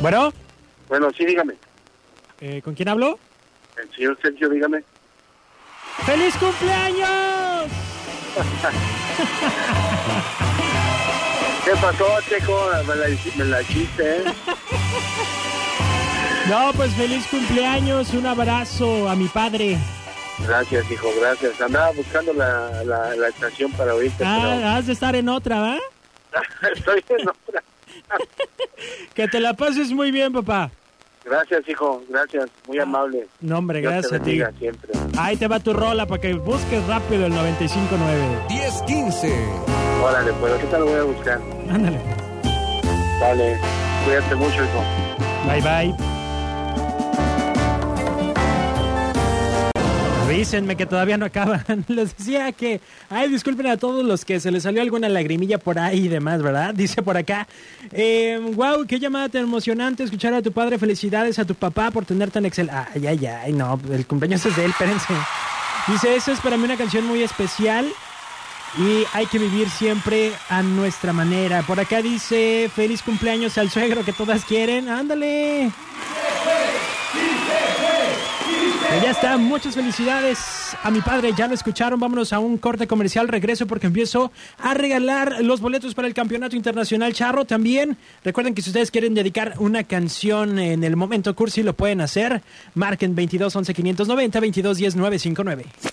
Bueno, Bueno, sí, dígame. eh, ¿con quién hablo? El señor Sergio, dígame. ¡Feliz cumpleaños! ¿Qué pasó, Checo? Ah, Me la, hici- me la hiciste, ¿eh? No, pues feliz cumpleaños, un abrazo a mi padre. Gracias, hijo, gracias. Andaba buscando la, la, la estación para oírte, Ah, has de estar en otra, ¿va? pero estoy en otra. Que te la pases muy bien, papá. Gracias, hijo, gracias. Muy amable. No, Ah, hombre, Dios gracias te a ti. bendiga siempre. Ahí te va tu rola para que busques rápido el 95.9. 10-15. Órale, pues, ahorita lo voy a buscar. Ándale. Vale, cuídate mucho, hijo. Bye, bye. Avísenme que todavía no acaban. Les decía que, ay, disculpen a todos los que se les salió alguna lagrimilla por ahí y demás, ¿verdad? Dice por acá, wow, qué llamada tan emocionante escuchar a tu padre. Felicidades a tu papá por tener tan excelente. Ay, ay, ay, no, el cumpleaños es de él, espérense. Dice, eso es para mí una canción muy especial. Y hay que vivir siempre a nuestra manera. Por acá dice, feliz cumpleaños al suegro que todas quieren. Ándale. Pues Ya está, muchas felicidades a mi padre, ya lo escucharon, vámonos a un corte comercial, regreso porque empiezo a regalar los boletos para el Campeonato Internacional Charro también. Recuerden que si ustedes quieren dedicar una canción en el momento cursi lo pueden hacer, marquen 22 11 590 22 10 959.